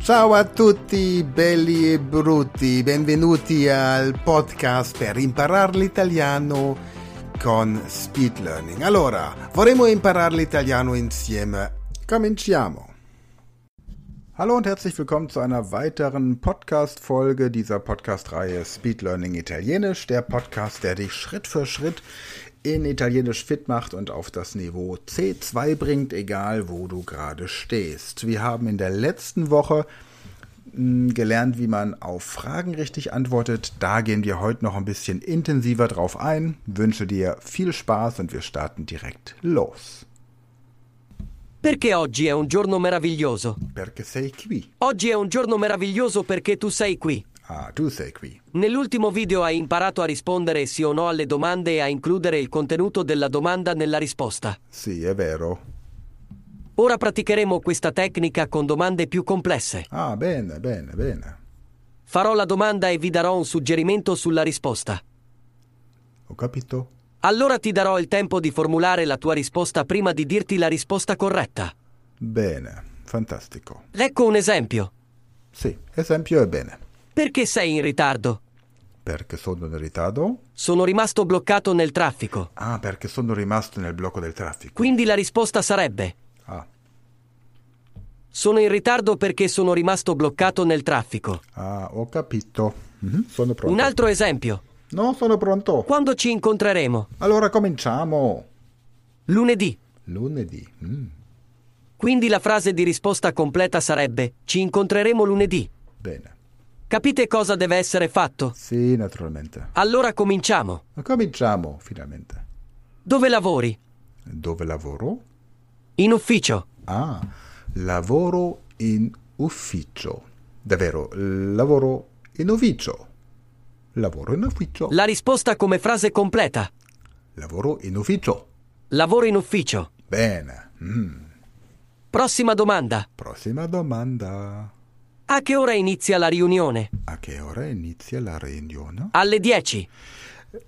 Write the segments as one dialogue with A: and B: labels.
A: Ciao a tutti belli e brutti, benvenuti al podcast per imparare l'italiano con Speed Learning. Allora, vorremmo imparare l'italiano insieme. Cominciamo.
B: Hallo und herzlich willkommen zu einer weiteren Podcast-Folge dieser Podcast-Reihe Speed Learning Italienisch, der Podcast, der dich Schritt für Schritt in Italienisch fit macht und auf das Niveau C2 bringt, egal wo du gerade stehst. Wir haben in der letzten Woche mh, gelernt, wie man auf Fragen richtig antwortet. Da gehen wir heute noch ein bisschen intensiver drauf ein. Wünsche dir viel Spaß und wir starten direkt los.
C: Perché oggi è un giorno meraviglioso?
B: Perché sei qui?
C: Oggi è un giorno meraviglioso perché tu sei qui.
B: Ah, tu sei qui.
C: Nell'ultimo video hai imparato a rispondere sì o no alle domande e a includere il contenuto della domanda nella risposta.
B: Sì, è vero.
C: Ora praticheremo questa tecnica con domande più complesse.
B: Ah, bene, bene, bene.
C: Farò la domanda e vi darò un suggerimento sulla risposta.
B: Ho capito.
C: Allora ti darò il tempo di formulare la tua risposta prima di dirti la risposta corretta.
B: Bene, fantastico.
C: Ecco un esempio.
B: Sì, esempio è bene.
C: Perché sei in ritardo?
B: Perché sono in ritardo?
C: Sono rimasto bloccato nel traffico.
B: Ah, perché sono rimasto nel blocco del traffico.
C: Quindi la risposta sarebbe
B: Ah,
C: Sono in ritardo perché sono rimasto bloccato nel traffico.
B: ah ho capito. Mhm, Sono pronto.
C: Un altro esempio.
B: No, sono pronto.
C: Quando ci incontreremo?
B: Allora cominciamo.
C: Lunedì.
B: Lunedì. Mm,
C: Quindi la frase di risposta completa sarebbe Ci incontreremo lunedì.
B: bene.
C: Capite cosa deve essere fatto?
B: Sì, naturalmente.
C: Allora cominciamo.
B: Cominciamo, finalmente.
C: Dove lavori?
B: Dove lavoro?
C: In ufficio.
B: Ah, lavoro in ufficio. Davvero, lavoro in ufficio. Lavoro in ufficio.
C: La risposta come frase completa.
B: Lavoro in ufficio.
C: Lavoro in ufficio.
B: Bene. Mm,
C: Prossima domanda.
B: Prossima domanda.
C: A che ora inizia la riunione?
B: A che ora inizia la riunione?
C: Alle 10.
B: Ah,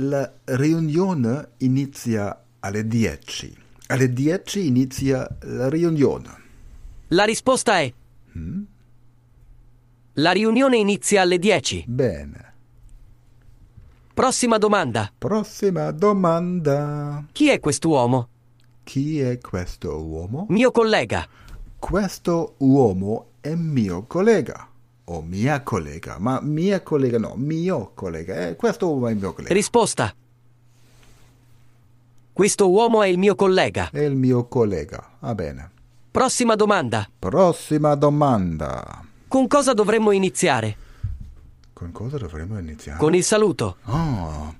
B: La riunione inizia alle 10. Alle 10 inizia la riunione.
C: La risposta è La riunione inizia alle 10.
B: Bene.
C: Prossima domanda.
B: Prossima domanda.
C: Chi è quest'uomo?
B: Chi è questo uomo?
C: Mio collega.
B: Questo uomo è mio collega. O mia collega, ma mia collega no, mio collega. Eh, questo uomo è mio collega.
C: Risposta. Questo uomo è il mio collega.
B: È il mio collega. Va bene.
C: Prossima domanda.
B: Prossima domanda.
C: Con cosa dovremmo iniziare?
B: Con cosa dovremmo iniziare?
C: Con il saluto.
B: Oh.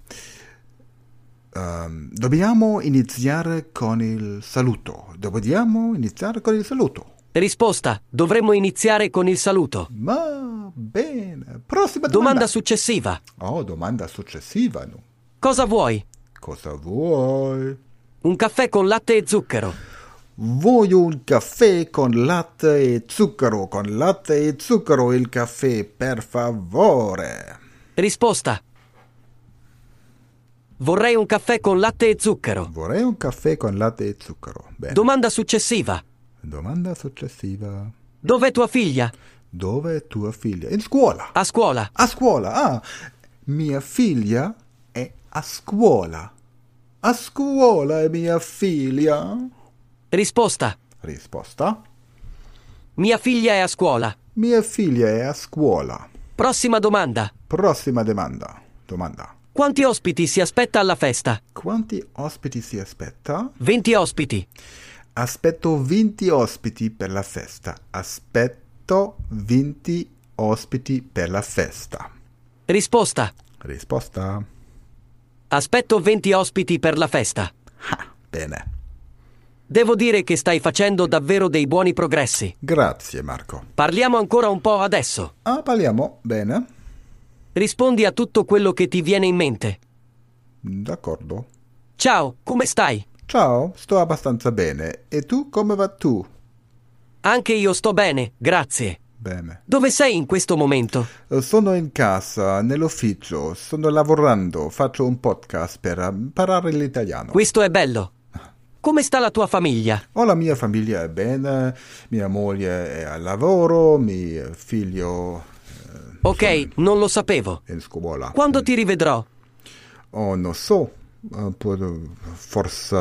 B: Ehm, dobbiamo iniziare con il saluto. Dobbiamo iniziare con il saluto.
C: Risposta. Dovremmo iniziare con il saluto.
B: Ma bene. Prossima domanda.
C: Domanda successiva.
B: oh, domanda successiva. no?
C: Cosa vuoi?
B: Cosa vuoi?
C: Un caffè con latte e zucchero.
B: Voglio un caffè con latte e zucchero. Con latte e zucchero il caffè, per favore.
C: Risposta. Vorrei un caffè con latte e zucchero.
B: Vorrei un caffè con latte e zucchero. Bene.
C: Domanda successiva.
B: domanda successiva.
C: Dov'è tua figlia?
B: Dove è tua figlia? In scuola.
C: A scuola.
B: A scuola, ah, mia figlia è a scuola. A scuola è mia figlia.
C: Risposta.
B: Risposta.
C: Mia figlia è a scuola.
B: Mia figlia è a scuola.
C: Prossima domanda.
B: Prossima domanda. Domanda.
C: Quanti ospiti si aspetta alla festa?
B: Quanti ospiti si aspetta?
C: 20 ospiti.
B: Aspetto 20 ospiti per la festa. Aspetto 20 ospiti per la festa.
C: Risposta.
B: Risposta.
C: Aspetto 20 ospiti per la festa.
B: Ha, bene.
C: Devo dire che stai facendo davvero dei buoni progressi.
B: Grazie Marco.
C: Parliamo ancora un po' adesso.
B: Ah, parliamo. Bene.
C: Rispondi a tutto quello che ti viene in mente.
B: D'accordo.
C: Ciao, come stai?
B: Ciao, sto abbastanza bene. E tu come va tu?
C: Anche io sto bene, grazie.
B: Bene.
C: Dove sei in questo momento?
B: Sono in casa, nell'ufficio, sto lavorando, faccio un podcast per imparare l'italiano.
C: Questo è bello. Come sta la tua famiglia?
B: Ho la mia famiglia è bene, mia moglie è al lavoro, mio figlio
C: Ok, non lo sapevo.
B: è in scuola.
C: Quando ti rivedrò?
B: Oh, non so, eh, può- forse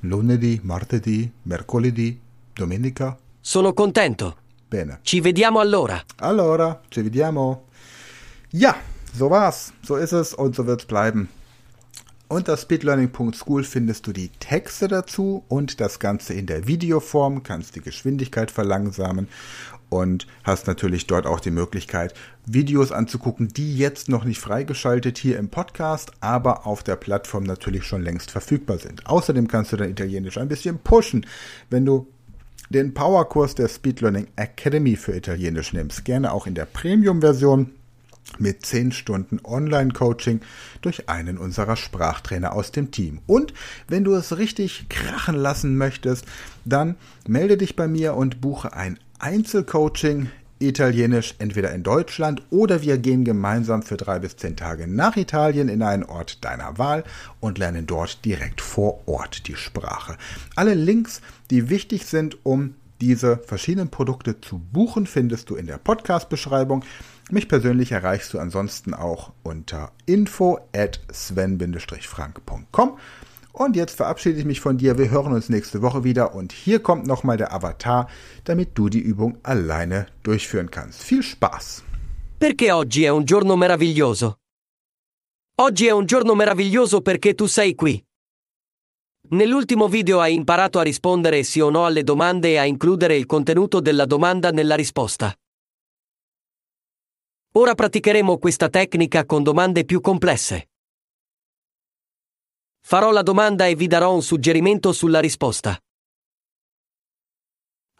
B: lunedì, martedì, mercoledì, domenica.
C: Sono contento.
B: Bene.
C: Ci vediamo allora.
B: Allora, ci vediamo. Ja, so war's, so ist es und so wird's bleiben. Unter speedlearning.school findest du die Texte dazu und das Ganze in der Videoform, kannst die Geschwindigkeit verlangsamen und hast natürlich dort auch die Möglichkeit, Videos anzugucken, die jetzt noch nicht freigeschaltet hier im Podcast, aber auf der Plattform natürlich schon längst verfügbar sind. Außerdem kannst du dein Italienisch ein bisschen pushen, wenn du den Powerkurs der Speed Learning Academy für Italienisch nimmst, gerne auch in der Premium-Version mit 10 Stunden Online-Coaching durch einen unserer Sprachtrainer aus dem Team. Und wenn du es richtig krachen lassen möchtest, dann melde dich bei mir und buche ein Einzelcoaching Italienisch entweder in Deutschland oder wir gehen gemeinsam für drei bis zehn Tage nach Italien in einen Ort deiner Wahl und lernen dort direkt vor Ort die Sprache. Alle Links, die wichtig sind, um diese verschiedenen Produkte zu buchen, findest du in der Podcast-Beschreibung. Mich persönlich erreichst du ansonsten auch unter info at sven-frank.com. Und jetzt verabschiede ich mich von dir. Wir hören uns nächste Woche wieder. Und hier kommt nochmal der Avatar, damit du die Übung alleine durchführen kannst. Viel Spaß!
C: Perché oggi è un giorno meraviglioso. Oggi è un giorno meraviglioso perché tu sei qui. Nell'ultimo video hai imparato a rispondere sì o no alle domande e a includere il contenuto della domanda nella risposta. Ora praticheremo questa tecnica con domande più complesse. Farò la domanda e vi darò un suggerimento sulla risposta.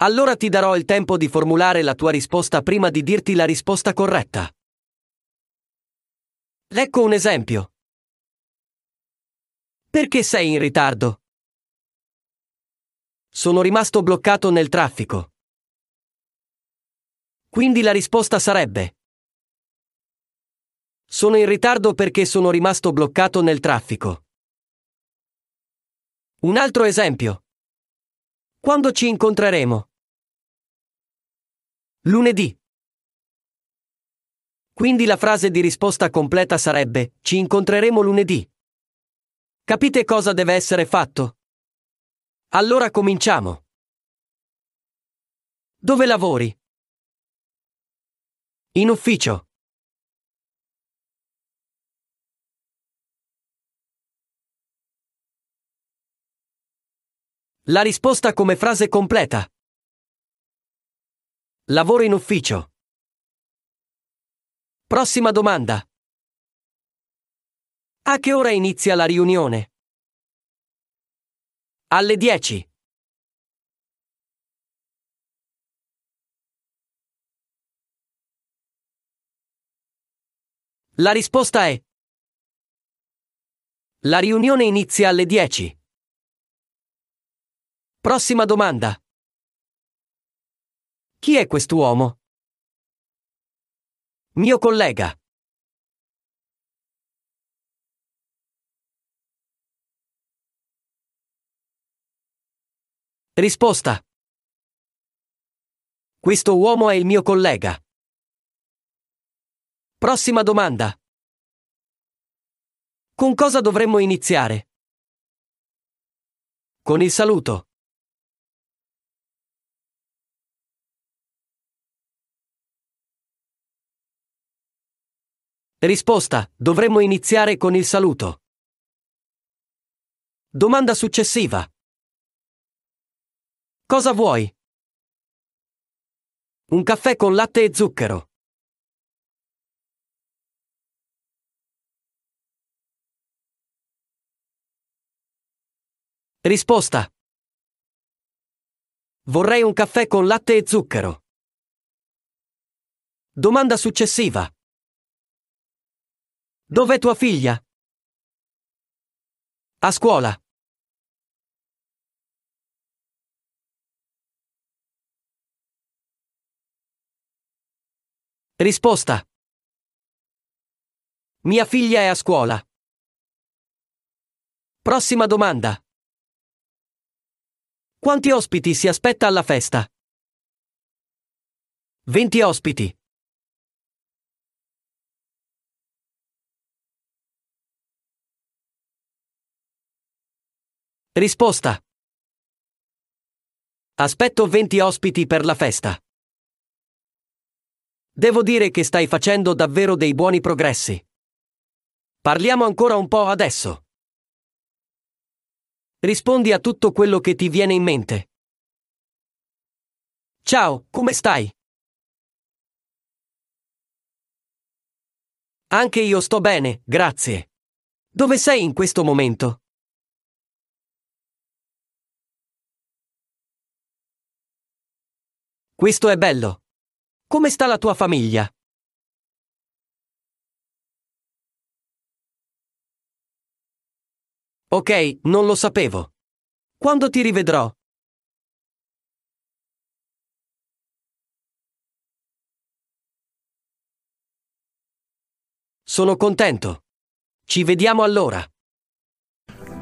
C: Allora ti darò il tempo di formulare la tua risposta prima di dirti la risposta corretta. Ecco un esempio. Perché sei in ritardo? Sono rimasto bloccato nel traffico. Quindi la risposta sarebbe. Sono in ritardo perché sono rimasto bloccato nel traffico. Un altro esempio. Quando ci incontreremo? Lunedì. Quindi la frase di risposta completa sarebbe Ci incontreremo lunedì. Capite cosa deve essere fatto? Allora cominciamo. Dove lavori? In ufficio. La risposta come frase completa. Lavoro in ufficio. Prossima domanda. A che ora inizia la riunione? Alle 10. La risposta è La riunione inizia alle 10. Prossima domanda. Chi è quest'uomo? Mio collega. Risposta. Questo uomo è il mio collega. Prossima domanda. Con cosa dovremmo iniziare? Con il saluto. Risposta. Dovremmo iniziare con il saluto. Domanda successiva. Cosa vuoi? Un caffè con latte e zucchero. Risposta. Vorrei un caffè con latte e zucchero. Domanda successiva. Dov'è tua figlia? A scuola. Risposta. Mia figlia è a scuola. Prossima domanda. Quanti ospiti si aspetta alla festa? 20 ospiti. Risposta. Aspetto 20 ospiti per la festa. Devo dire che stai facendo davvero dei buoni progressi. Parliamo ancora un po' adesso. Rispondi a tutto quello che ti viene in mente. Ciao, come stai? Anche io sto bene, grazie. Dove sei in questo momento? Questo è bello. Come sta la tua famiglia? Ok, non lo sapevo. Quando ti rivedrò? Sono contento. Ci vediamo allora.